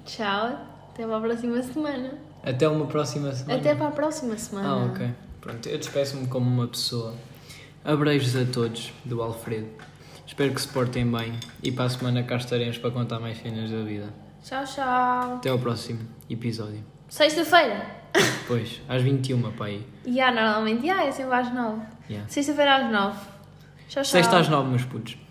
Speaker 1: Tchau. Até para a próxima semana.
Speaker 2: Até uma próxima semana.
Speaker 1: Até para a próxima semana.
Speaker 2: Ah, ok. Pronto, eu despeço-me como uma pessoa. Abreijos a todos, do Alfredo. Espero que se portem bem e para a semana cá estaremos para contar mais cenas da vida.
Speaker 1: Tchau, tchau.
Speaker 2: Até ao próximo episódio.
Speaker 1: Sexta-feira.
Speaker 2: Depois, às 21, para aí.
Speaker 1: Já, normalmente. Já, é sempre às nove.
Speaker 2: Yeah.
Speaker 1: Sexta-feira às nove. Tchau, tchau.
Speaker 2: Sexta às 9, meus putos.